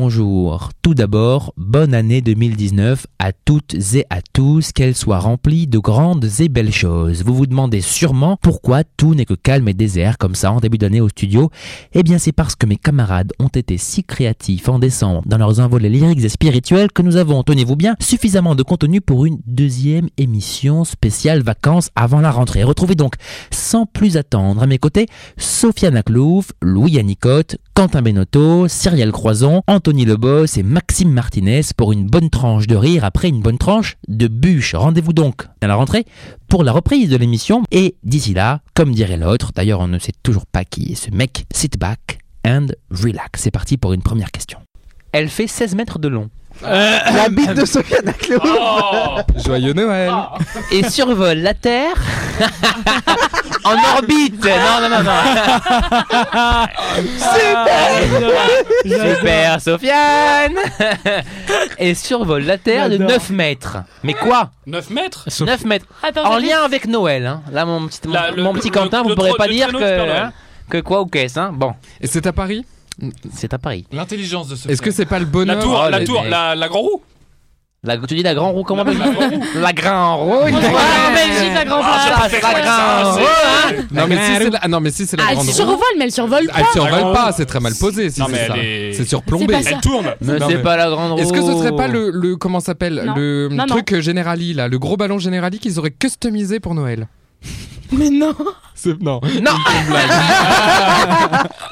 bonjour. Tout d'abord, bonne année 2019 à toutes et à tous, qu'elle soit remplie de grandes et belles choses. Vous vous demandez sûrement pourquoi tout n'est que calme et désert comme ça en début d'année au studio. Eh bien, c'est parce que mes camarades ont été si créatifs en décembre dans leurs envolées lyriques et spirituelles que nous avons, tenez-vous bien, suffisamment de contenu pour une deuxième émission spéciale vacances avant la rentrée. Retrouvez donc, sans plus attendre, à mes côtés, Sofiane Aklouf, Louis Anicotte, Quentin Benotto, Cyrielle Croison, Anthony Lebos et Maxime Martinez pour une bonne tranche de rire après une bonne tranche de bûche. Rendez-vous donc à la rentrée pour la reprise de l'émission. Et d'ici là, comme dirait l'autre, d'ailleurs on ne sait toujours pas qui est ce mec, sit back and relax. C'est parti pour une première question. Elle fait 16 mètres de long La bite de Sofiane Aklo. Oh. Joyeux Noël et survole la Terre en orbite. Non, non, non, non. Super, Sofiane Et survole la Terre de J'adore. 9 mètres. Mais quoi 9 mètres 9 mètres Attends, En j'ai- lien avec Noël. hein. Là, mon petit, mon, Là, le- mon petit le- Quentin, vous le ne pourrez trou- pas le dire traîneau du Père que, Noël. hein, que quoi ou qu'est-ce. Hein. Bon, Et c'est à Paris c'est à Paris. L'intelligence de ce Ah, Est-ce que c'est pas le La bonheur tour, Oh, la, le tour mec. la, la grand roue La, tu dis la grand roue, comment on La- appelle la Grand Roue. ça La grand roue. On se voit en Belgique, la grande Ah, place. Ah, ça c'est fait la quoi, ça, grand c'est- roue, hein. Non mais si c'est la, ah, non, mais si, c'est la Ah, elle grande survole, mais elle survole Elle pas. survole grande pas, roue. c'est très mal posé si Non, mais c'est ça. elle est- C'est surplombé. C'est pas ça. Elle tourne Mais Non, c'est mais- pas la grande roue. Est-ce que ce serait Oh. pas le, le- comment ça s'appelle Non. le Non, non. truc euh, Generali là, le gros ballon Generali qu'ils auraient customisé pour Noël Mais non. C'est non. Non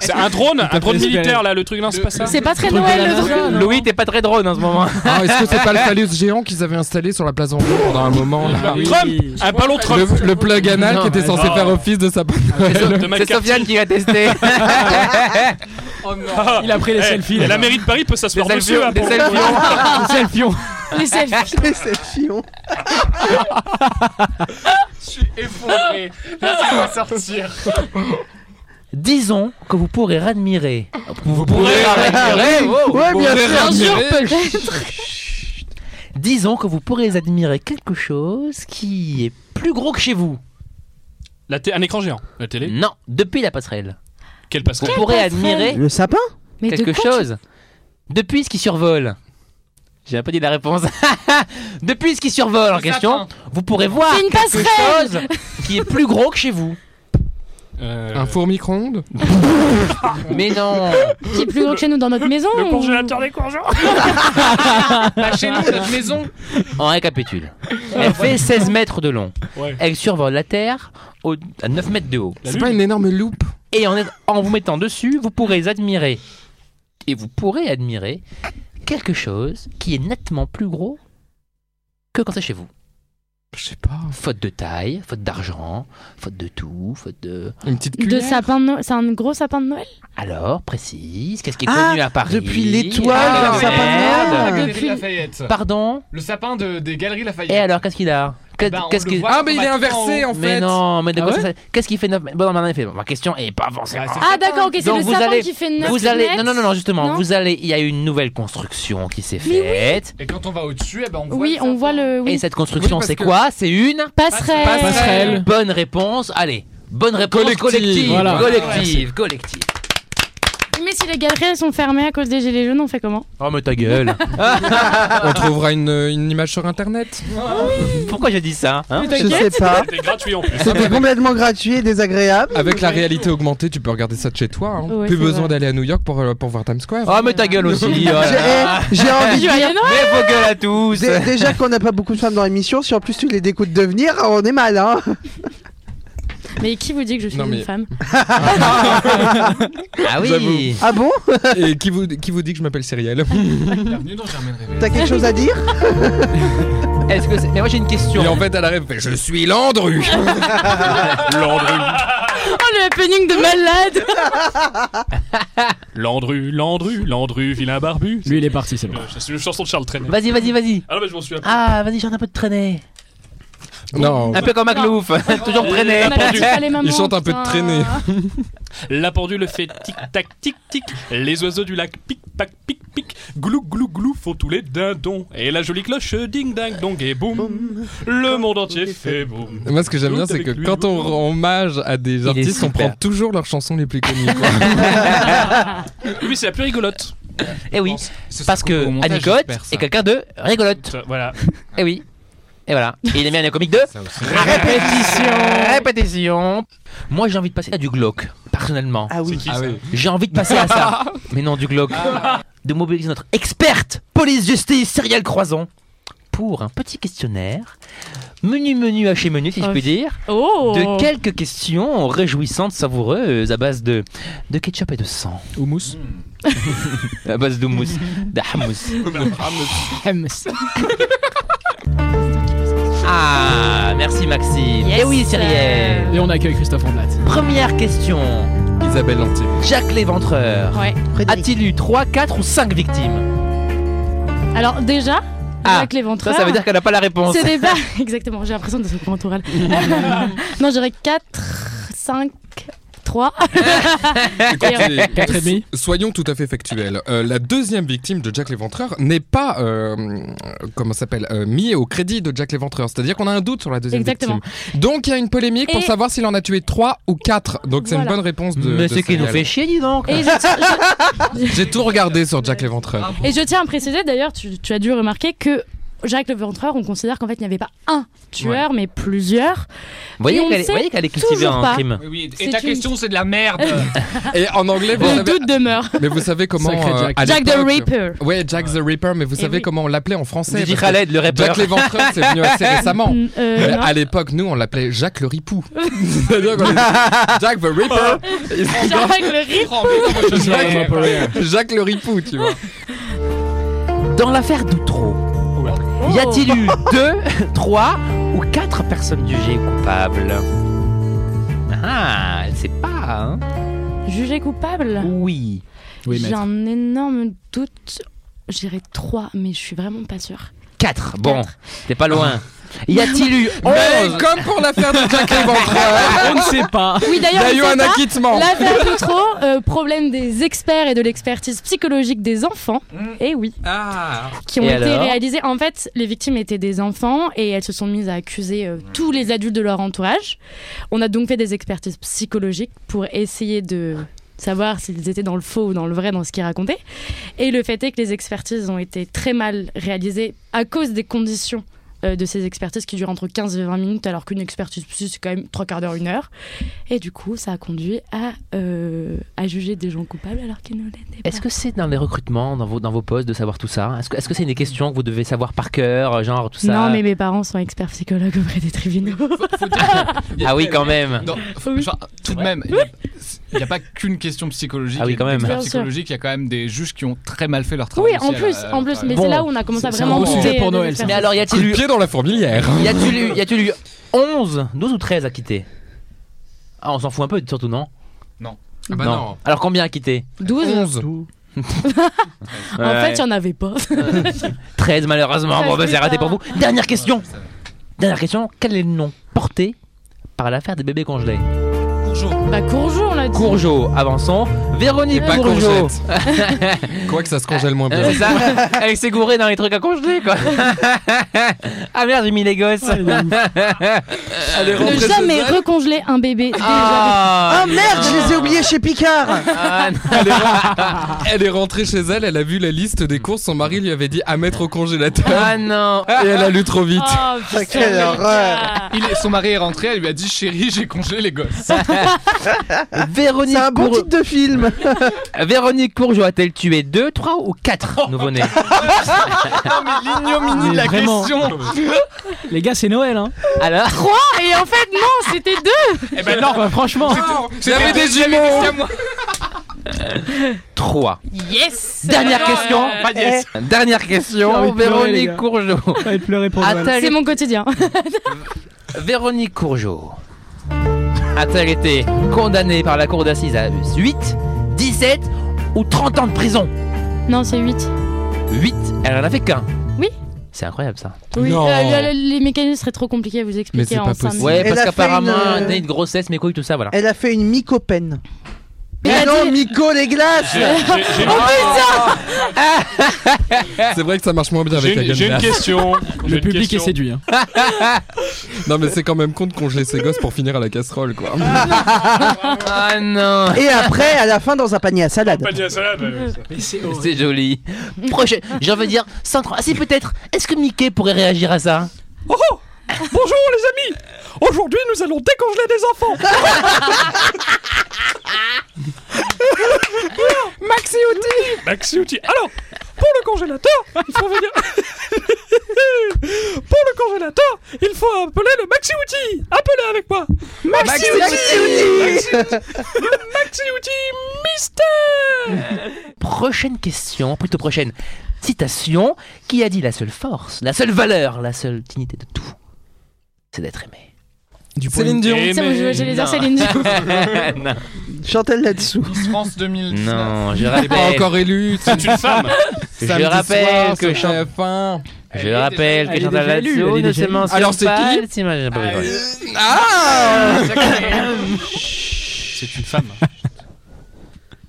C'est un drone Un drone espéré. militaire là, le truc, non, c'est pas ça C'est pas très truc de Noël la le NASA, drone. Louis, t'es pas très drôle en ce moment. Ah, est-ce que c'est pas le phallus géant qu'ils avaient installé sur la place Vendôme pendant un moment là Oui. Ah, Trump Un ballon Trump le, le plug anal Non, qui était mais censé non. faire office de sapin. de Noël. De C'est McCarthy. Sofiane qui l'a testé. Ah, Il a pris les eh, selfies. et là. La mairie de Paris peut s'asseoir Des dessus. selfies, hein, des pour- selfies. Les selfies. Les selfies. Mais c'est chiant. effondré. Laissez-moi sortir. Disons que vous pourrez admirer. Vous pourrez admirer. oh. Ouais, bien Faudrait sûr. Un jour admirer. peut-être. Disons que vous pourrez admirer quelque chose qui est plus gros que chez vous. La té- un écran géant. La télé Non, depuis la passerelle. Quelle Vous passerelle pourrez passerelle admirer Le sapin Mais de quelque quoi tu- chose depuis ce qui survole. J'ai pas dit la réponse. depuis ce qui survole en question, vous pourrez voir C'est une quelque chose passerelle. qui est plus gros que chez vous. Euh, Un four micro-ondes Mais non, Qui est plus gros que chez nous dans notre maison Le ou- congélateur des courgeons pas chez nous, notre maison. On récapitule. Elle fait 16 mètres de long. Ouais. Elle survole la Terre au- à 9 mètres de haut. La C'est pas lune. une énorme loupe Et en, est- en vous mettant dessus, vous pourrez admirer. Et vous pourrez admirer quelque chose qui est nettement plus gros que quand c'est chez vous. Je sais pas. Faute de taille, faute d'argent, faute de tout, faute de. Une petite De cuillère sapin de Noël. C'est un gros sapin de Noël. Alors, précise, qu'est-ce qui est Ah, connu à Paris depuis l'étoile, Ah, un sapin de merde. Noël. Galerie Lafayette. Pardon Le sapin de, des Galeries Et Lafayette. alors, qu'est-ce qu'il a Que- Bah, on Qu'est-ce le qu'il. voit Ah, mais il est automatiquement inversé en Mais fait non, mais de Ah quoi ouais ça- Qu'est-ce qui fait 9 Bon, non, maintenant, il fait. Ma question est pas avancée. Ah, c'est Ah d'accord, ok, c'est Donc le vous sapin allez- qui fait 9 Vous allez. Non, non, non, non, justement, Non vous allez. Il y a eu une nouvelle construction qui s'est Mais oui. faite. Et quand on va au-dessus, eh ben, on voit. Oui, le on sapin. voit le. Et Oui. cette construction, Oui, parce c'est que- quoi C'est une. Passerelle. Passerelle. Bonne réponse. Allez. Bonne réponse collective, Collective. collective, Voilà. collective, collective. Mais si les galeries elles sont fermées à cause des gilets jaunes, on fait comment Oh mais ta gueule. On trouvera une, une image sur internet. Pourquoi j'ai dit ça hein Je sais pas. C'était gratuit en plus. C'était complètement gratuit et désagréable. Avec la réalité augmentée, tu peux regarder ça de chez toi. hein. Ouais, Plus c'est besoin vrai. d'aller à New York pour, euh, pour voir Times Square. Oh mais ta gueule aussi. oh là J'ai là. eh, j'ai envie de dire. Joyeux Noël Mais vos gueules à tous. dé- Déjà qu'on n'a pas beaucoup de femmes dans l'émission, si en plus tu les découtes de venir, on est mal, hein. Mais qui vous dit que je suis Non, mais- une femme Ah oui. Ah bon Et qui vous, qui vous dit que je m'appelle Cyrielle Bienvenue dans Germaine Réveil. T'as quelque chose à dire Est-ce que c'est- mais moi j'ai une question. Et en fait, elle arrive, fait, je suis Landru Landru, Oh le happening de malade Landru, Landru, Landru, vilain barbu. Lui, il est parti, c'est bon. Euh, C'est une chanson de Charles Trenet. Vas-y, vas-y, vas-y. Ah non, mais je m'en souviens. Ah, vas-y, j'en ai un peu de traîner. Non. Un peu comme Maglouf, toujours traîner. On a perdu pas les mamans. Il chante un peu de putain. traînée. La pendule le fait tic-tac, tic-tic. Les oiseaux du lac pic-pac, pic-pic. Glou, glou, glou, font tous les dindons. Et la jolie cloche ding-dang-dong et boum. Le monde entier fait boum. Moi, ce que j'aime bien, c'est que quand on rend hommage à des est artistes, on super. prend toujours leurs chansons les plus connues. quoi. Oui, c'est la plus rigolote. Eh oui, Ce sera parce coupé au que montage, Anicotte j'espère, ça. est quelqu'un de rigolote. Voilà. Eh oui. Et voilà. Et il est bien un comique de Ça aussi. répétition. Répétition. Moi, j'ai envie de passer à du glauque, personnellement. Ah oui. Ah oui. J'ai envie de passer à ça. Mais non, du glauque. Ah. De mobiliser notre experte police justice serial croison pour un petit questionnaire. Menu menu à chez menu, si je Oh. puis dire. Oh De quelques questions réjouissantes, savoureuses, à base de, de ketchup et de sang. Houmous. À base d'houmous. D'hamous. Ah, merci Maxime. Yes. Euh. Eh oui, Cyrielle. Et on accueille Christophe Andelat. Première question. Isabelle Lantier. Jacques l'éventreur. Ouais. Frédéric. A-t-il eu 3, 4 ou 5 victimes Alors déjà, Ah, avec les Ça, ventreurs. ça veut dire qu'elle n'a pas la réponse. C'est débat. Exactement, j'ai l'impression de ce point oral. non, j'aurais 4, 5, 3. euh, Écoutez, 4 et demi. Soyons tout à fait factuels. Euh, la deuxième victime de Jack l'Éventreur n'est pas, euh, euh, comment ça s'appelle, euh, mis au crédit de Jack l'Éventreur. C'est-à-dire qu'on a un doute sur la deuxième Exactement. victime. Donc il y a une polémique pour Et- savoir s'il en a tué trois ou quatre. Donc c'est une Voilà. bonne réponse de. Mais de ce qui nous Cyril. fait chier, dis donc. Et je, je- J'ai tout regardé sur Jack l'Éventreur. et je tiens à préciser d'ailleurs, tu, tu as dû remarquer que Jacques le Ventreur, on considère qu'en fait il n'y avait pas un tueur, mais plusieurs. Vous voyez Et on qu'elle est- sait voyez qu'elle est cultivée toujours en pas. crime. Oui, oui. C'est Et ta une- Euh, question, c'est de la merde. Ah. Et en anglais, vous Le savez. doute demeure. Mais vous savez comment. Sacré euh, Jack. à Jack the l'époque- Ripper. Ouais, Jack the Reaper, mais vous Eh savez oui. comment on l'appelait en français. Didi parce que Khaled, le rappeur. Jack l'Éventreur, c'est venu assez récemment. Mm, euh, Mais non. à l'époque, nous, on l'appelait Jacques le Ripou. C'est-à-dire qu'on était- Jack the Ripper. Oh, Jacques le Ripper. Oh, mais comment je Jacques, sais Jacques le Ripou, tu vois. Dans l'affaire d'Outreau, Oh. y a-t-il eu 2, 3 ou 4 personnes jugées coupables Ah, elle sait pas, hein Jugé coupable Oui. Oui, J'ai maître. un énorme doute. J'irais 3, mais je suis vraiment pas sûre. 4, bon, t'es pas loin. Ah. Y a-t-il eu Oh. Mais 11 comme pour l'affaire de Jack l'Éventreur, Ah. On ne sait pas. il Oui, y d'ailleurs, a on eu sait un pas. acquittement. L'affaire de trop, euh, problème des experts et de l'expertise psychologique des enfants, et oui, Ah. qui ont Et été alors réalisés. En fait, les victimes étaient des enfants et elles se sont mises à accuser euh, tous les adultes de leur entourage. On a donc fait des expertises psychologiques pour essayer de savoir s'ils étaient dans le faux ou dans le vrai dans ce qu'ils racontaient. Et le fait est que les expertises ont été très mal réalisées à cause des conditions euh, de ces expertises qui durent entre 15 et 20 minutes alors qu'une expertise psy c'est quand même trois quarts d'heure, une heure. Et du coup, ça a conduit à, euh, à juger des gens coupables alors qu'ils ne l'étaient pas. Est-ce que c'est dans les recrutements, dans vos, dans vos postes, de savoir tout ça Est-ce que est-ce que c'est une question que vous devez savoir par cœur, genre tout ça Non, mais mes parents sont experts psychologues auprès des tribunaux. Ah oui, quand même Non, faut- enfin, tout de même, il y a- il n'y a pas qu'une question psychologique. Ah oui, il y a quand des même. experts Bien sûr. psychologiques, il y a quand même des juges qui ont très mal fait leur oui, en travail. aussi à la- plus, euh, à la- en plus, mais Bon. c'est là où on a commencé à C'est vraiment un beau monter, sujet pour euh, Noël, des ça. Mais expertises. alors, y Coup a-t-il de eu, pied dans la fourmilière. y a-t-il eu, y a-t-il eu 11, 12 ou 13 acquittés Ah, on s'en fout un peu, surtout, non Ah bah non. Alors, combien acquittés 12 11. En fait, il n'y en avait pas. 13 malheureusement, bon bah, c'est raté pour vous. Dernière question. Dernière question, quel est le nom porté par l'affaire des bébés congelés bah, Courgeot, on l'a dit. Courgeot, avançons. Et Véronique pas Courgeot. courgette. Quoique ça se congèle moins Euh, bien. c'est ça Elle s'est gourée dans les trucs à congeler quoi. ah merde, j'ai mis les gosses. Elle est Ne rentrée chez jamais elle. recongeler un bébé. Oh, Ah Ah merde, je les ai oubliés chez Picard. Ah, non. Elle est rentrée- Elle est rentrée chez elle, elle a vu la liste des courses, son mari lui avait dit à mettre au congélateur. Ah, non. Et elle a lu trop vite. Oh, putain, quelle mais- horreur. Il est- son mari est rentré, elle lui a dit chérie, j'ai congelé les gosses. Véronique, C'est un bon Cour- titre de film. Véronique Courgeot a-t-elle tué 2, 3 ou 4 nouveau-nés L'ignominie de la Vraiment. question. Les gars, c'est Noël, hein. Alors, Ah, Et en fait, non, c'était deux. Eh ben non, Bah, franchement. J'avais des jumeaux. 3. Yes. Dernière question. Eh, yes. Dernière J'ai envie question, de pleurer, les Véronique gars. Courgeot. On va être pleuré pour Noël. A-t-elle C'est mon quotidien. Véronique Courgeot a-t-elle été condamnée par la cour d'assises à 8, 17 ou 30 ans de prison Non, c'est 8. 8, elle en a fait qu'un. Oui. C'est incroyable ça. Oui. Non. euh, le- le- les mécanismes seraient trop compliqués à vous Mais c'est expliquer pas en 5 possible. Ouais, Elle parce a fait qu'apparemment, une, euh, né de grossesse, mes couilles, tout ça, voilà. Elle a fait une mycopène. Mais Mais elle a non, dit- Oh, Miko les glaces. J'ai- j'ai- j'ai- Oh putain C'est vrai que ça marche moins bien J'ai avec la une, j'ai une gueule. question. J'ai Le une public est question. séduit. hein. Non, mais c'est quand même con de congeler ses gosses pour finir à la casserole, quoi. Ah non Et après, à la fin, dans un panier à salade. Pas dit à ça, bah, ouais, ça. C'est joli. Prochaine, j'ai envie de dire, sans trop- Ah si peut-être, est-ce que Mickey pourrait réagir à ça Oh, Bonjour les amis Aujourd'hui nous allons décongeler des enfants Maxi outil Maxi Ah, outil Alors, pour le congélateur, il faut venir... pour le congélateur, il faut appeler le maxi outil Appelez avec moi Maxi outil Le maxi outil mystère Prochaine question, plutôt prochaine citation, qui a dit la seule force, la seule valeur, la seule dignité de tout, c'est d'être aimé. Du point Céline de- Dion. Et- Tiens, moi, je- j'allais dire Non. Céline Dion. non, Chantal là-dessous. Miss France 2019. non, je T'es pas rappelle, encore élu. tu- C'est une femme je samedi rappelle soir que sur Chan- TF1. je rappelle elle que est Chantal déjà élue, Latsou elle est ne déjà se élue. mentionne Alors, c'est pas, qui elle s'y mange- je rigole. Ah C'est une femme Non.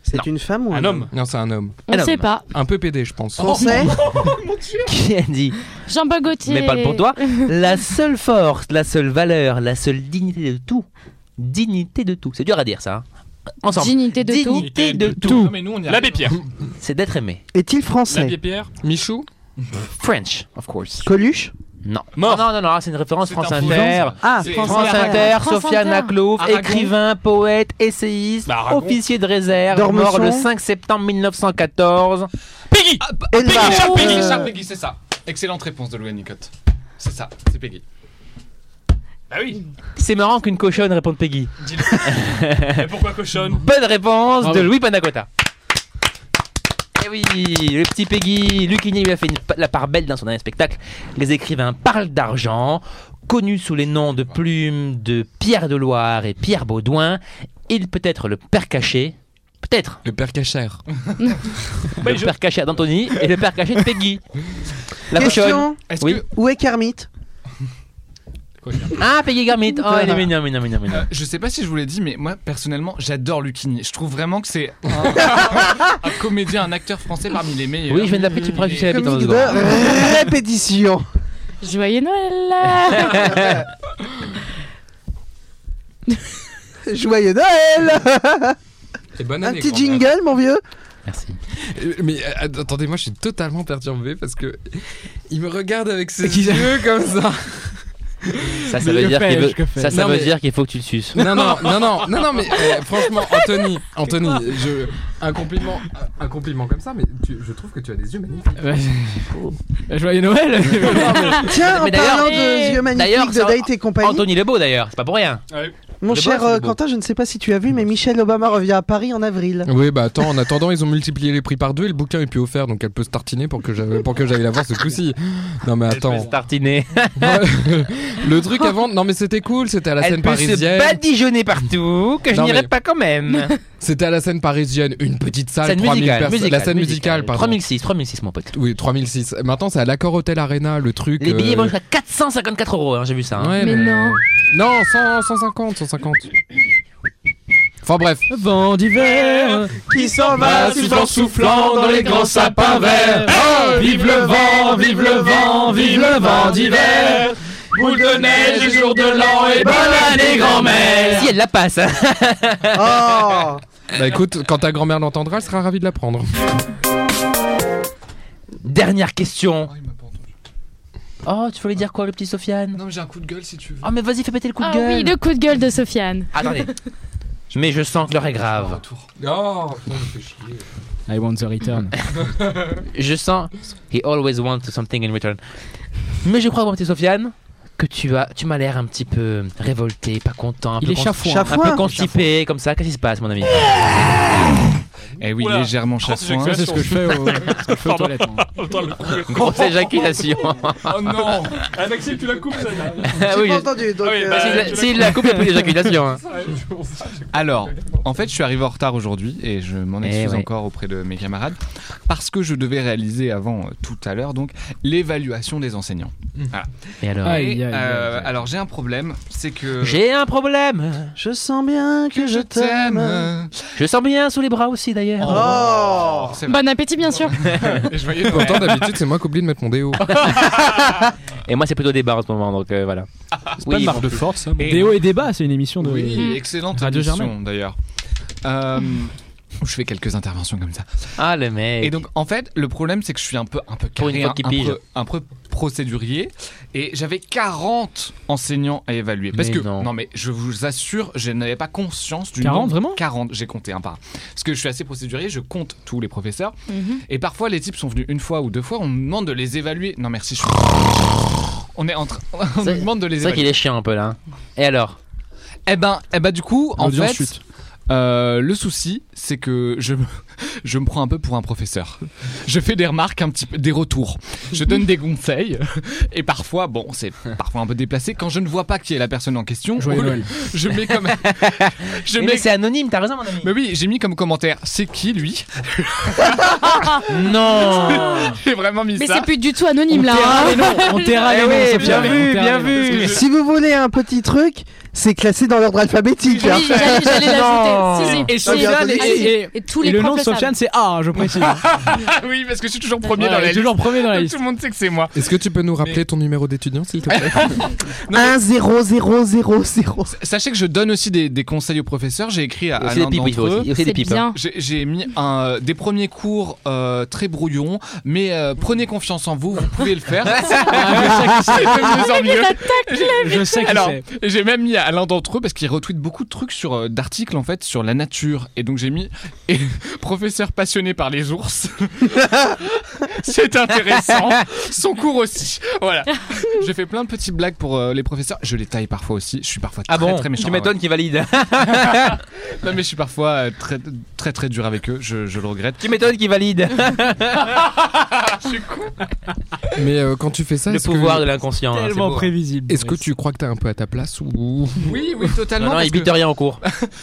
C'est une femme ou un, Un homme Non, c'est un homme. On Alors, sait pas. Un peu pédé, je pense. Oh. Français qui a dit Jean-Paul Gaultier. Mais parle pour toi. La seule force, la seule valeur, la seule dignité de tout. Dignité de tout. C'est dur à dire ça. hein. Ensemble. Dignité de tout. Dignité de tout. Non, mais nous, on y L'abbé arrive. Pierre C'est d'être aimé. Est-il L'abbé français Pierre Michou French, of course. Ah Coluche Non. Mort. non, non, non, c'est une référence C'est France un Inter. Ah, C'est- français. France Inter, Inter. France Sofiane Inter. Aklouf, Aragon. écrivain, poète, essayiste, Bah, Aragon. officier de réserve, Dormesson. mort le 5 septembre 1914. Ah, bah, Peggy Elba. Peggy, Charles Euh, Peggy, Charles Peggy, c'est ça. Excellente réponse de Louis Nicotte. C'est ça, c'est Peggy. Bah oui C'est marrant qu'une cochonne réponde Peggy. Mais pourquoi cochonne Bonne réponse Bravo. de Louis Panacota. Eh oui, le petit Peggy, Lucini lui a fait une pa- la part belle dans son dernier spectacle. Les écrivains parlent d'argent, connus sous les noms de Plume, de Pierre de Loire et Pierre Baudouin. Il peut être le père caché, peut-être Le père Cachère. Bah, le je- père caché d'Anthony et le père caché de Peggy. La cochonne. Question Est-ce Oui. que. Où est Kermit Ah, Peggy Garmit. Oh, elle est mignonne, mignonne, mignonne, euh, mignonne. je sais pas si je vous l'ai dit, mais moi personnellement, j'adore Lucini. Je trouve vraiment que c'est un, un comédien, un acteur français parmi les Ah, meilleurs. Oui, je viens de l'appeler, tu pourras juger la bite dans deux Comique secondes. de répétition. Joyeux Noël. Joyeux Noël Et bonne Un année, petit grand-mère. jingle, mon vieux Merci. Euh, Mais euh, attendez, moi je suis totalement perturbé parce que il me regarde avec ses yeux comme ça. Ça, ça Mais veut que dire qu'il fais-je, veut- que fais-je ça, ça Non, veut mais- dire qu'il faut que tu le suces. Non non non non non non mais euh, franchement Anthony Anthony je un compliment un compliment comme ça mais tu- je trouve que tu as des yeux magnifiques. Ouais. Bah, Joyeux Noël Tiens, en Mais d'ailleurs- parlant de yeux D'ailleurs, magnifiques, de ça- date et compagnie, Anthony Lebeau d'ailleurs, c'est pas pour rien. mon le cher bras, c'est euh, le beau. Quentin, je ne sais pas si tu as vu, mais Michelle Obama revient à Paris en avril. Oui bah attends en attendant ils ont multiplié les prix par deux et le bouquin est plus offert donc elle peut se tartiner pour que j'aille pour que j'aille la voir ce coup-ci. Non mais attends Tartiner. le truc avant non mais c'était cool c'était à la Elle scène peut se parisienne badigeonner partout, que je Non, n'irai mais- pas quand même. c'était à la scène parisienne une petite salle Scène 3000 musicale, personnes la scène musicale, pardon. 3006, 3006 mon pote. Oui, 3006. Maintenant, c'est à l'Accor Hotel Arena, le truc. Les billets euh, vont jusqu'à 454 euros, hein, j'ai vu ça. hein. ouais, Mais non. Non, 100, 150, 150. Enfin bref. Vent d'hiver Qui s'en Ah, Bah, en soufflant dans les grands Eh, sapins verts. Oh, vive le vent, vive le vent, vive le vent d'hiver. Boule de neige, jour de l'an et bonne année grand-mère. Si elle la passe. hein. Oh Bah écoute, quand ta grand-mère l'entendra, elle sera ravie de la prendre. Dernière question. Oh, il m'a pas entendu. Oh, tu voulais dire quoi, le petit Sofiane Non, mais j'ai un coup de gueule si tu veux. Oh, mais vas-y, fais péter le coup de Ah gueule. oui, le coup de gueule de Sofiane. Attendez. Mais je sens que l'heure est grave. Retour. Oh, fait chier. I want the return. Je sens. He always wants something in return. Mais je crois, mon petit Sofiane, que tu as, tu m'as l'air un petit peu révolté, pas content, un Il peu est con- chafouin. un peu Chafouin constipé, comme ça. Qu'est-ce qui se passe, mon ami Eh oui, Oula. légèrement hein. Oh, chafouin. c'est Ça, c'est ce que je fais au- ce que je fais aux Pardon. toilettes. moi. Attends, Oh, le coup. Grosse éjaculation. Oh non Ah, Maxime, tu la coupes celle-là. J'ai oui, pas entendu, donc... Ah oui, euh, bah, S'il tu la, l'as s'il la coupe, il n'y a plus d'éjaculation. hein. Alors, en fait, je suis arrivé en retard aujourd'hui et je m'en Eh excuse ouais. encore auprès de mes camarades parce que je devais réaliser avant euh, tout à l'heure donc l'évaluation des enseignants. Et alors Aïe, Et, aïe, aïe, euh, aïe. Alors, j'ai un problème, c'est que J'ai un problème. Je sens bien que je t'aime. Je sens bien sous les bras aussi. aussi d'ailleurs. Oh C'est vrai. Bon appétit, Bah, bien sûr. Et je voyais Pourtant, d'habitude, c'est moi qui oublie de mettre mon déo. Ah. Et moi, c'est plutôt des bars en ce moment, donc euh, voilà. C'est pas une marque de force, ça. Et- Des hauts et des bas, c'est une émission de. Oui, excellente Radio émission Germaine. d'ailleurs. Euh, je fais quelques interventions comme ça. Ah, le mec. Et donc en fait, le problème c'est que je suis un peu un peu Pour une carré, fois un, qu'il un pige. peu, un peu procédurier et j'avais 40 enseignants à évaluer parce Mais que non. mais je vous assure, je n'avais pas conscience du 40, nombre. vraiment 40, j'ai compté un par un. Parce que je suis assez procédurier, je compte tous les professeurs Mhm. et parfois les types sont venus une fois ou deux fois, on me demande de les évaluer. Non merci, je suis on est en train on C'est- me demande de les c'est vrai évaluer. qu'il est chiant un peu là. hein. Et alors Eh ben, eh ben du coup, en L'audience fait, chute. euh, le souci, c'est que je, me- je me prends un peu pour un professeur. Je fais des remarques, un petit peu, des retours. Je donne des conseils. Et parfois, bon, c'est parfois un peu déplacé. Quand je ne vois pas qui est la personne en question, Joyeux Noël. je mets comme, je Eh, Mais, mets. c'est anonyme, t'as raison, mon ami. Mais oui, j'ai mis comme commentaire, c'est qui lui Non J'ai vraiment mis Mais ça. c'est plus du tout anonyme là. hein. On terra Eh les noms, oui, Sophia, bien on vu, terra bien les noms. vu. Parce que Si vous voulez un petit truc, c'est classé dans l'ordre alphabétique. hein. Oui, j'allais j'allais Non. l'ajouter. Si, si. Et Si, Sofiane, Sofiane et, est- ah, si. et- Et tous et les le profs nom de le savent. Sofiane, c'est A, hein, je précise. Ah oui, parce que je suis toujours premier Voilà, dans la il est liste. toujours premier dans la liste. Tout le monde sait que c'est moi. Est-ce que tu peux nous rappeler ton numéro d'étudiant, s'il te plaît 1 0 0 0 0. Sachez que je donne aussi des, des conseils aux professeurs. J'ai écrit à, à Aussi des l'un pipes, il d'entre faut eux. aussi. Aussi des C'est pipes. hein. bien. hein. J'ai j'ai mis un, euh, des premiers cours euh, très brouillons, mais euh, prenez confiance en vous, vous pouvez le faire. C'est de mieux en mieux. Je sais qui Alors, c'est. j'ai même mis à l'un d'entre eux parce qu'il retweet beaucoup de trucs sur euh, d'articles en fait sur la nature et donc j'ai mis et, professeur passionné par les ours. C'est intéressant. Son cours aussi. Voilà. J'ai fait plein de petites blagues pour euh, les professeurs. Je les taille parfois aussi. Je suis parfois très très méchant. Ah Tu m'étonnes qu'il valide. Non mais je suis parfois euh, très très très dur avec eux. Je, je le regrette. tu m'étonnes qu'il valide. Mais euh, quand tu fais ça, Le est-ce que- pouvoir de l'inconscient. hein, c'est Tellement beau. prévisible. Est-ce que tu crois que t'es un peu à ta place ou Oui oui totalement. Non, non, parce il bute que- rien en cours.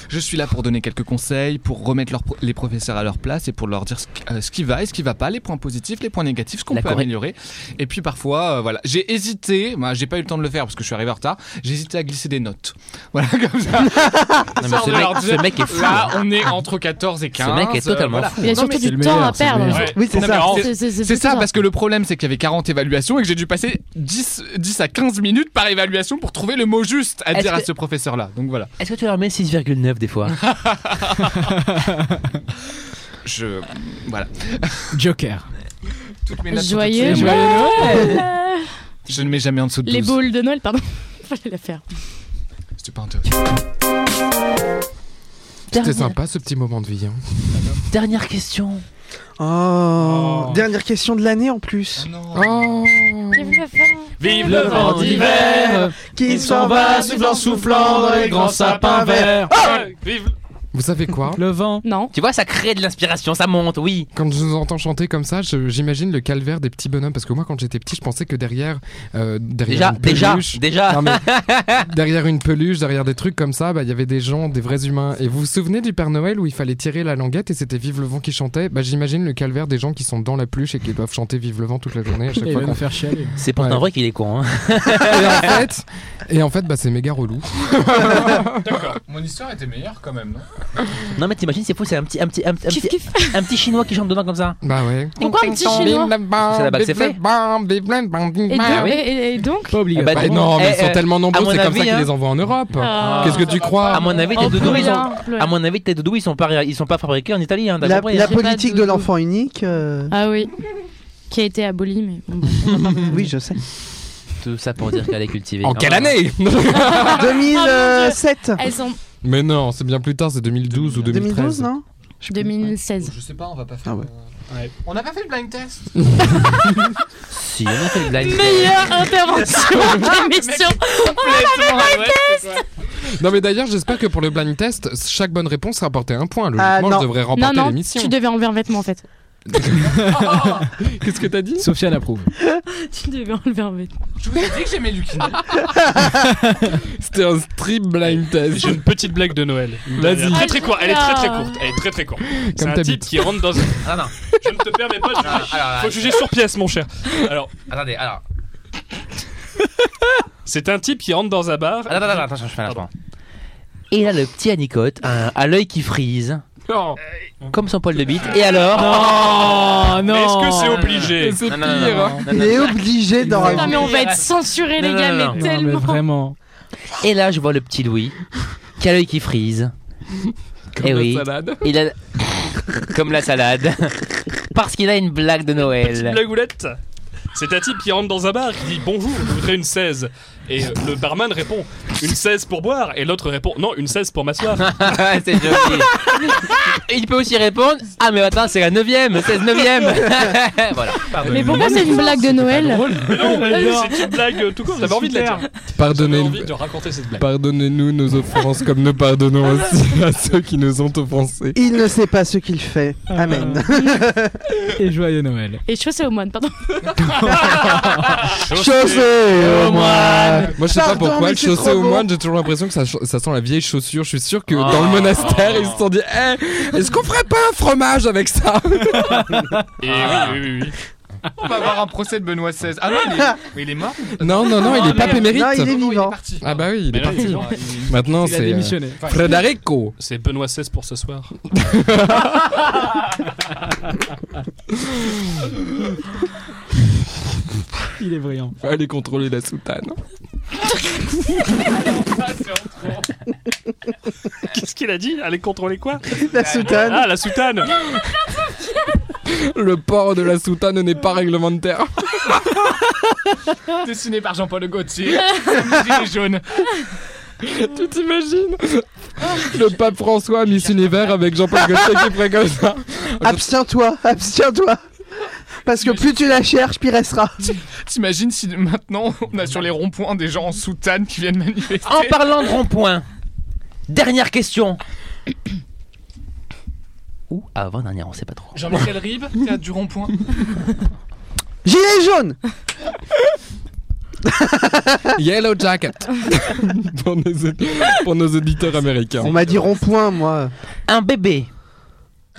Je suis là pour donner quelques conseils, pour remettre leurs pro- les professeurs à leur place et pour leur dire ce, qui- euh, ce qui va et ce qui va pas, les points positifs, les points négatifs, ce qu'on La peut correct- améliorer. Et puis parfois, euh, voilà, j'ai hésité, bah, j'ai pas eu le temps de le faire parce que je suis arrivé en retard, j'ai hésité à glisser des notes. Voilà, comme ça. Non, mais Sors ce, de mec, l'ordinateur. ce mec est fou. Là, on est entre 14 et 15. Ce mec est euh, totalement voilà. fou. Il y a Non, mais surtout c'est du le temps meilleur, à c'est le perdre. meilleur. Ouais. Oui, c'est Non, ça. mais en- C'est ça, parce que le problème, c'est qu'il y avait 40 évaluations et que j'ai dû passer 10, 10 à 15 minutes par évaluation pour trouver le mot juste à Est-ce dire à que- ce professeur-là. Donc voilà. Est-ce que tu leur mets 6,9 des fois Je. Voilà. Joker. Toutes mes notes sont toutes Joyeux seules. Noël Je ne mets jamais en dessous de 12. Les boules de Noël, pardon. Fallait la faire. C'était pas intéressant. C'était Dernière- sympa ce petit moment de vie. hein. Dernière question. Oh. Dernière question de l'année en plus. Oh Vive le vent Hein. d'hiver Qui verts. Ah Vive Vous savez quoi Le vent. Non. Tu vois, ça crée de l'inspiration, ça monte, oui. Quand je nous entends chanter comme ça, je- j'imagine le calvaire des petits bonhommes. Parce que moi, quand j'étais petit, je pensais que derrière, euh, Déjà, derrière une déjà, peluche, déjà. Non, mais derrière une peluche, derrière des trucs comme ça, bah, il y avait des gens, des vrais humains. Et vous vous souvenez du Père Noël où il fallait tirer la languette et c'était Vive le vent qui chantait bah, J'imagine le calvaire des gens qui sont dans la peluche et qui doivent chanter Vive le vent toute la journée à chaque Il fois. va qu'on- nous faire chialer. C'est pourtant Ouais. vrai qu'il est con. Hein. Et en fait, et en fait bah, c'est méga relou. D'accord. Mon histoire était meilleure quand même, non Non, mais t'imagines, c'est fou, c'est un petit, un, petit, Euh, un, petit- un Mm. Kiff petit, kiff. Ah un petit chinois qui chante dedans comme ça. Bah ouais. Pourquoi un petit chinois C'est là-bas que c'est fait. Et donc, et- et donc Pas Eh obligatoire. ben, Bah non, mais Eh, ils sont eh, tellement à nombreux, mon c'est comme avis, ça qu'ils hein. les envoient en Europe. Ah. Qu'est-ce que tu crois À mon avis, tes Oh, doudous, ils sont, Florian, Florian. à mon avis, tes doudous, ils sont pas, ils sont pas fabriqués en Italie, hein, t'as La, compris, la hein. J'ai pas politique de- de l'enfant unique. euh, Ah oui. Qui a été abolie, mais bon. Oui, je sais. Tout ça pour dire qu'elle est cultivée. En Ah, quelle voilà. année Ah, 2007. Elles sont Mais non, c'est bien plus tard, c'est 2012 ou 2013. 2012, non 2016. Je sais pas, on va pas faire. Ah ouais. euh, On n'a pas fait le blind test Si, on a fait le blind Meilleure intervention de l'émission. Non mais d'ailleurs, j'espère que pour le blind test, chaque bonne réponse a apporté un point. Logiquement, Ah, non. je devrais Non, remporter non, l'émission. tu devais enlever un vêtement en fait. Qu'est-ce que t'as dit Sofiane approuve. Tu devais enlever un vêtement. Je vous ai dit que j'aimais Lucina. C'était un strip blind test. J'ai une petite blague de Noël. Vas-y. Très très courte. Elle est très très Ah. courte. Elle est très très courte. C'est Comme un ta type bite. qui rentre dans un. Ah non, Ah, Je ne te permets pas de juger. Faut juger sur pièce, mon cher. Alors, attendez, alors. c'est un type qui rentre dans un bar. Ah Attends, attends, attends, attends, je fais un instant. Et là, le petit Anicote, un- à l'œil qui frise, Non, Comme son poil de bite. Et alors Oh non Mais est-ce que c'est obligé c'est Non, non, non, pire. non, non, Il non. est obligé d'en Putain, rajouter. mais on va être censurés, les Non, gars, non, mais non. Non, mais tellement. vraiment. Et là, je vois le petit Louis, qui a l'œil qui frise. Comme Eh la oui. salade. Il a... Comme la salade. Parce qu'il a une blague de Petite Noël. blagoulette. C'est un type qui rentre dans un bar qui dit bonjour, je voudrais une 16. Et euh, le barman répond une 16 pour boire. Et l'autre répond non, une 16 pour m'asseoir. c'est joli. Et il peut aussi répondre Ah, mais attends, c'est la 9ème, 16 9ème. voilà. euh, Mais pourquoi c'est une blague de Noël Mais non, J'adore. c'est une blague euh, tout court, j'avais envie de la dire. J'avais Pardonnez, envie de raconter cette blague. pardonnez-nous nos offenses comme nous pardonnons aussi à ceux qui nous ont offensés. Il ne sait pas ce qu'il fait. Amen. Et joyeux Noël. Et chose c'est au moine, pardon. Chaussée au moine. Moi, je sais pas Pardon, pourquoi, mais le c'est chaussée trop au beau. moine, j'ai toujours l'impression que ça, ça sent la vieille chaussure. Je suis sûr que Ah. dans le monastère, ils se sont dit Eh, est-ce qu'on ferait pas un fromage avec ça Et oui, oui, oui, oui. On va avoir un procès de Benoît XVI. Ah non, il est, mais il est mort. Non, non, non, il est Ah, pas merde. émérite. Non, il est Non, il est vivant. parti. Ah bah oui, il Mais est non, parti. il est parti. mort. Il- Maintenant, Il a c'est. euh, démissionné. Frederico. C'est Benoît XVI pour ce soir. Il est brillant. Allez contrôler la soutane. Ah, Qu'est-ce qu'il a dit Allez contrôler quoi La soutane. Ah, la soutane Le port de la soutane n'est pas réglementaire. Dessiné par Jean-Paul Gaultier. Gilet jaune. Tu t'imagines Le pape François Miss Univers avec Jean-Paul Gaultier qui ferait comme ça. Abstiens-toi, abstiens-toi. Parce que plus tu la cherches, pire elle sera. T'imagines si maintenant on a sur les ronds-points des gens en soutane qui viennent manifester En parlant de rond-point, dernière question. Ou avant-dernière, on sait pas trop. Jean-Michel Ribes, théâtre du rond-point. Gilet jaune Yellow Jacket. pour, nos, pour nos auditeurs américains. On m'a dit rond-point, moi. Un bébé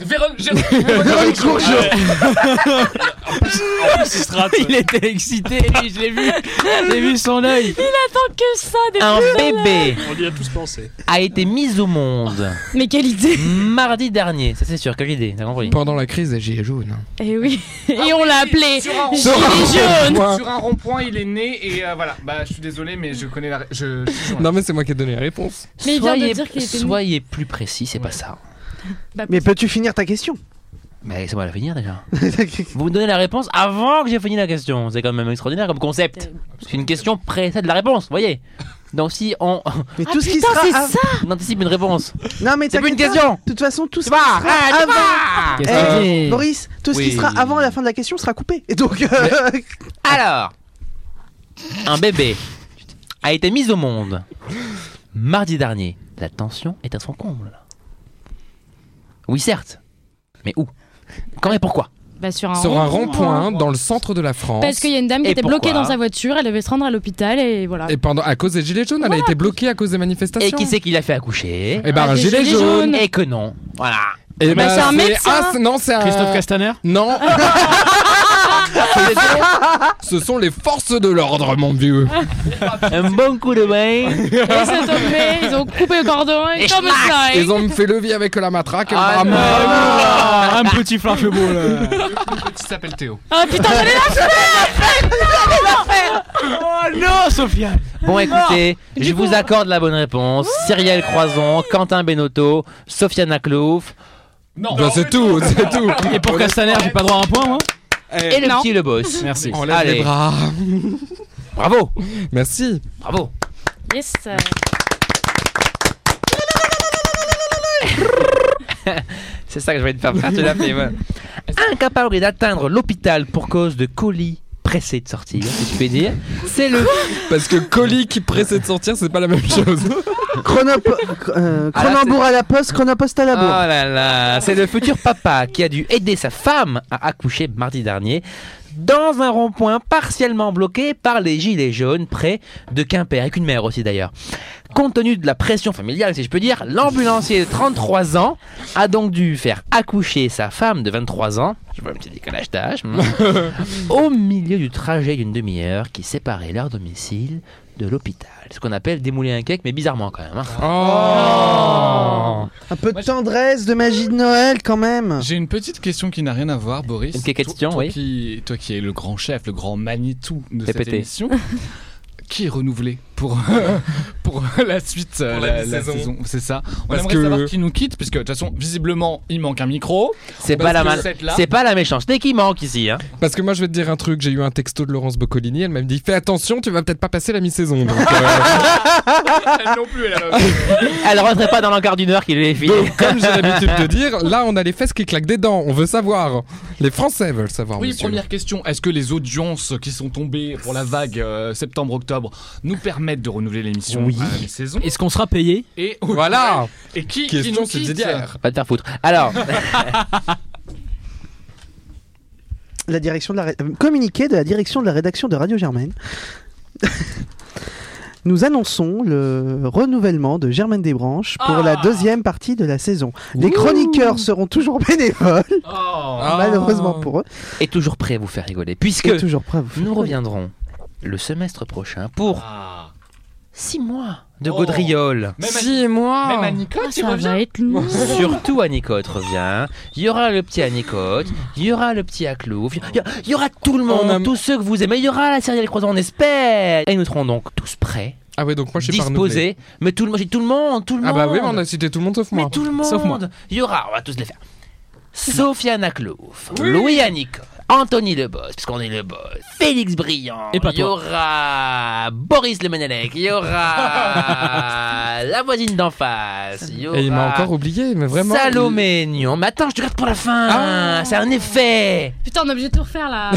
Véron- Jérôme- Véronique Ah Courgeot ouais. En plus, en plus, il se rate. Il était excité, lui, je l'ai vu. J'ai vu son œil. Tant que ça, des Un bébé On y a tous pensé. a été mis au monde Mais quelle idée mardi dernier. Ça, c'est sûr, quelle idée, t'as compris Pendant la crise des Gilets jaunes. Et Eh Ah oui. Et on l'a appelé. Sur un Gilet jaune. Point. Sur un rond-point, il est né et euh, voilà. Bah, je suis désolé, mais je connais la. ré- Je, je suis sur la- Non mais c'est moi qui ai donné la réponse. Mais il vient de soyez, dire qu'il était soyez plus précis, c'est pas ça. Bah, Mais peux-tu finir ta question Mais laissez-moi la finir déjà. Vous me donnez la réponse avant que j'ai fini la question. C'est quand même extraordinaire comme concept. C'est une question précède la réponse, voyez donc si on Mais Ah, tout ce qui putain, sera. c'est av- ça on anticipe une réponse, Non, mais c'est plus une t'inquiète pas. question. De toute façon, tout ce Tu qui vas, sera ah, tu avant. vas Qu'est-ce Euh, qu'il dit Boris, tout ce Oui. qui sera avant la fin de la question sera coupé. Et donc, euh, Alors, un bébé a été mis au monde mardi dernier. La tension est à son comble. Oui, certes. Mais où Quand et pourquoi Bah, sur un Sur un rond-point. rond-point hein. dans le centre de la France. Parce qu'il y a une dame qui Et était bloquée pourquoi dans sa voiture, elle devait se rendre à l'hôpital et voilà. Et pendant à cause des Gilets jaunes, elle a été bloquée à cause des manifestations. Et qui c'est qui l'a fait accoucher Eh ben Ah, un des gilet gilets jaune. jaunes. Et que non. Voilà. Eh ben, Bah, c'est un médecin. Ah, c'est- non, c'est un. Christophe Castaner Non. Ce sont les forces de l'ordre, mon vieux. Ah Un bon coup de main. Et ça tombait, ils ont coupé le cordon et Et comme schmack ça. et- Ils ont me fait levier avec la matraque. et Ah, bam. Ah, Un petit flash-ball. là. Le petit s'appelle Théo. Ah putain, j'allais la Oh non, Sofiane Bon, écoutez, je vous accorde la bonne réponse. Cyrielle Croison, Quentin Benotto, Sofiane Aklouf Non, Bah, c'est tout, c'est tout. Et pour Castaner, j'ai pas droit à un point, moi Eh. et le Non. petit le boss. Merci. On lève Allez. les bras. Bravo, Merci. bravo. Yes. euh, C'est ça que je vais te faire faire, tu l'as fait. ouais. Incapable d'atteindre l'hôpital pour cause de colis pressé de sortir, si tu peux dire. C'est le. Parce que colis qui pressait de sortir, c'est pas la même chose. chronopo- euh, Ah, là, chronombourg à la poste, chronopost à la Oh bourre. là là, c'est le futur papa qui a dû aider sa femme à accoucher mardi dernier dans un rond-point partiellement bloqué par les gilets jaunes près de Quimper, avec une mère aussi d'ailleurs. Compte tenu de la pression familiale, si je peux dire, l'ambulancier de 33 ans a donc dû faire accoucher sa femme de 23 ans, je vois un petit décalage d'âge, hmm, au milieu du trajet d'une demi-heure qui séparait leur domicile de l'hôpital. Ce qu'on appelle démouler un cake, mais bizarrement quand même. hein. Ah, Oh Un peu de Moi, je- tendresse, de magie de Noël quand même. J'ai une petite question qui n'a rien à voir, Boris. Une petite Toi- question, toi, oui. Qui, toi qui es le grand chef, le grand Manitou de cette Répétez. émission, qui est renouvelé pour, pour la suite, euh, Pour la mi-saison. C'est ça. On Parce aimerait que- savoir qui nous quitte, puisque de toute façon, visiblement, il manque un micro. C'est Parce pas, la que mal- cette là- c'est pas la méchanceté qui manque ici. Hein. Parce que moi, je vais te dire un truc. J'ai eu un texto de Laurence Boccolini. Elle m'a dit Fais attention, tu vas peut-être pas passer la mi-saison. Donc, euh, Elle non plus, elle a la- Elle rentrait pas dans l'encart d'une heure qu'il avait filé. donc, comme j'ai l'habitude de dire, là, on a les fesses qui claquent des dents. On veut savoir. Les Français veulent savoir. Oui, Hein, monsieur. première question. Est-ce que les audiences qui sont tombées pour la vague euh, septembre-octobre nous permettent de renouveler l'émission Oui. à la mi-saison Est-ce qu'on sera payé Et, Voilà et qui, qui Question nous quitte subsidiaire. Pas de faire foutre. Alors, La direction de la ré- euh, communiqué de la direction de la rédaction de Radio Germaine. Nous annonçons le renouvellement de Germaine Desbranches pour Ah. la deuxième partie de la saison. Les chroniqueurs seront toujours bénévoles, Oh. Ah. malheureusement pour eux, est toujours prêt à vous faire rigoler. Puisque et toujours prêts à vous faire nous rigoler. reviendrons le semestre prochain pour Ah. 6 mois de Oh. Gaudriole. Même à- Si, moi Même à Nicolas, Ah, tu ça reviens va être long. Surtout Anicote revient. Il y aura le petit Anicote, il y aura le petit Aclouf, il y a- il y, aura tout le monde, On a- tous ceux que vous aimez. Il y aura la série des croisants, on espère. Et nous serons donc tous prêts, Ah ouais, donc moi, je suis pas renouvelé. disposés. Mais tout le monde, j'ai dit tout le monde, tout le Ah monde. bah oui, mais on a cité tout le monde sauf Mais moi. tout le monde Sauf moi. Il y aura, on va tous les faire. Sofiane Aklouf, Louis Annick, Anthony Le Boss, puisqu'on est le boss, Félix Briand, Et pas il y toi. aura Boris Le Menelec, il y aura la voisine d'en face, il y aura Et il m'a encore oublié, mais vraiment. Salomé Nion. Mais attends, je te garde pour la fin, c'est un effet Putain, on est obligé de tout refaire là.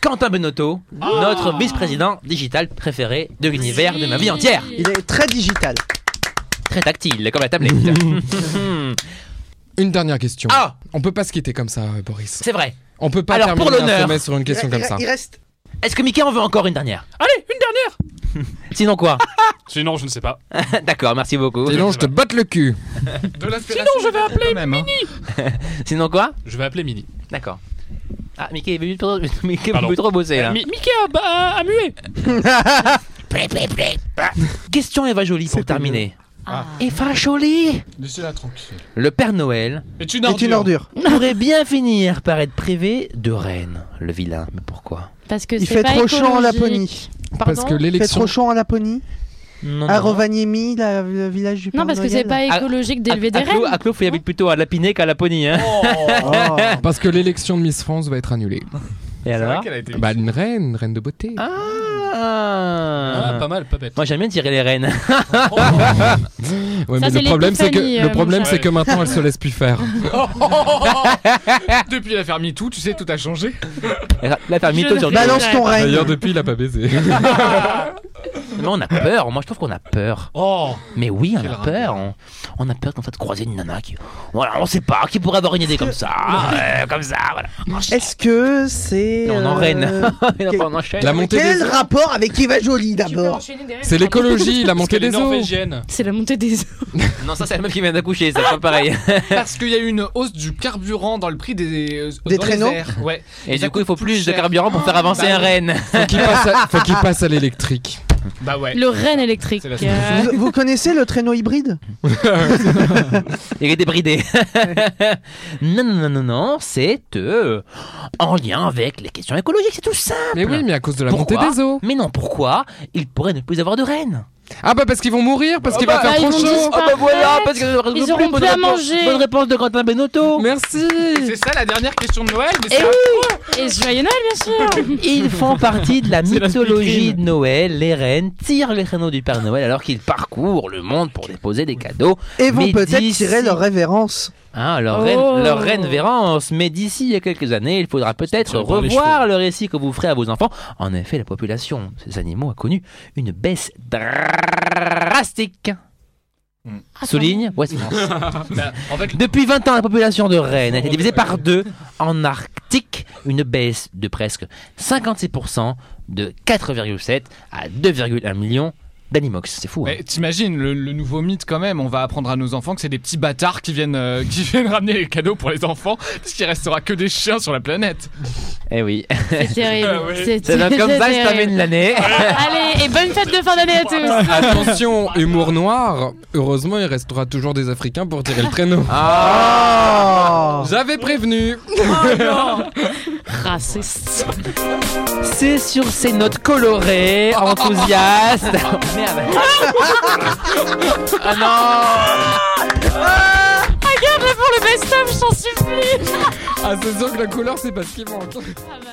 Quentin Benotto, notre vice-président digital préféré de l'univers de ma vie entière. Il est très digital. Très tactile, comme la tablette. Une dernière question. ah, On peut pas se quitter comme ça, euh, Boris. c'est vrai. On peut pas Alors, pour terminer un l'honneur. sommet sur une question il, comme il- ça. il reste Est-ce que Mickey en veut encore une dernière Allez, une dernière Sinon quoi Sinon, je ne sais pas. D'accord, merci beaucoup. Sinon, je te botte le cul. de l'aspiration. Sinon, je vais appeler même, hein. Sinon quoi Je vais appeler Mini. D'accord. Ah, Mickey est venu trop, Mickey est Pardon. venu trop bosser là. Mi- Mickey a, a- a mué Plé, plé, plé. Ah. Question Eva Jolie pour terminer. Eva Jolie Laissez-la tranquille. Le Père Noël Et une est une ordure. pourrait bien finir par être privé de Rennes, le vilain. Mais pourquoi Parce que Il c'est fait pas trop chaud en écologique. Laponie. Parce que Il fait l'élection. trop chaud en Laponie. Non, À Rovaniemi, la- le village du Non, Père parce que c'est Noël. pas Ah, écologique d'élever des Aclo, rennes. Aclo, faut y habite plutôt à Lapiné qu'à Laponie. Hein. Oh. Parce que l'élection de Miss France va être annulée. Et alors qu'elle a Ah, été. Bah, une reine, une reine de beauté. Ah, ah. pas mal, pas bête. Moi j'aime bien tirer les rennes. Ouais, Ça, mais c'est le problème, c'est que, l'épiphanie, euh, le problème, Michel. c'est que maintenant, elle se laisse plus faire. Oh. Depuis l'affaire MeToo, tu sais, tout a changé. Là, t'as mis Je tout sur le fais. Balance ton règne. D'ailleurs, depuis, il a pas baisé. Mais on a peur, moi je trouve qu'on a peur. Oh Mais oui, on Quel a peur. On, on a peur comme ça de croiser une nana qui. Voilà, on sait pas, qui pourrait avoir une idée comme ça. euh, comme ça, voilà. Oh. Oh, Est-ce que c'est. Et on en euh, Rennes. Et quel- après, on enchaîne. La montée Quel des eaux. rapport avec Eva Jolie d'abord C'est l'écologie, la montée les des eaux. norvégienne. C'est la montée des eaux. Non, ça, c'est la meuf qui vient d'accoucher, c'est pas pareil. Parce qu'il y a eu une hausse du carburant dans le prix des. euh, dans les traîneaux airs. Ouais. Et Ça du coup, il coûte faut plus plus de cher. carburant pour faire avancer bah un oui. Rennes. Faut qu'il passe à, faut qu'il passe à l'électrique. Bah ouais. Le renne électrique. C'est la Euh, vous, vous connaissez le traîneau hybride Il est débridé. non, non, non, non, non, c'est euh, en lien avec les questions écologiques, c'est tout ça. Mais oui, mais à cause de la Pourquoi montée des eaux. Mais non, pourquoi il pourrait ne plus avoir de Rennes Ah bah parce qu'ils vont mourir, parce qu'il va bah, faire ils trop vont chaud. disparaître. Parfait. Ah parce que Ils auront plus à réponse- manger. Bonne réponse de Quentin Benotto. Merci. C'est ça la dernière question de Noël. Mais Eh c'est- Et joyeux Noël, bien sûr Ils font partie de la C'est la mythologie speakerine. de Noël. Les rennes tirent les traîneaux du Père Noël alors qu'ils parcourent le monde pour déposer des cadeaux. Et vont Mais peut-être d'ici- tirer leur révérence. Hein, leur, Oh. reine, leur reine Vérance. Mais d'ici il y a quelques années, il faudra peut-être tiré par les revoir le récit que vous ferez à vos enfants. En effet, la population de ces animaux a connu une baisse drastique. Souligne West France. Bah, en fait, Depuis 20 ans, la population de Rennes a été divisée par deux en Arctique, une baisse de presque 56% de 4,7 à 2,1 millions d'Animox. C'est fou. hein. Mais t'imagines le, le nouveau mythe quand même, on va apprendre à nos enfants que c'est des petits bâtards qui viennent, euh, qui viennent ramener les cadeaux pour les enfants, parce qu'il restera que des chiens sur la planète. Eh oui. C'est terrible. Ah ouais. C'est C'est donc comme c'est ça que je terrible. termine l'année. Allez, et bonne fête de fin d'année à tous. Attention, humour noir. Heureusement, il restera toujours des Africains pour tirer le traîneau. Ah. Oh J'avais prévenu. Raciste. C'est sur ces notes colorées, enthousiastes. Merde. ah non Regarde-le pour le best-of, je t'en supplie. Ah, c'est sûr que la couleur, c'est pas ce qui manque. Ah bah.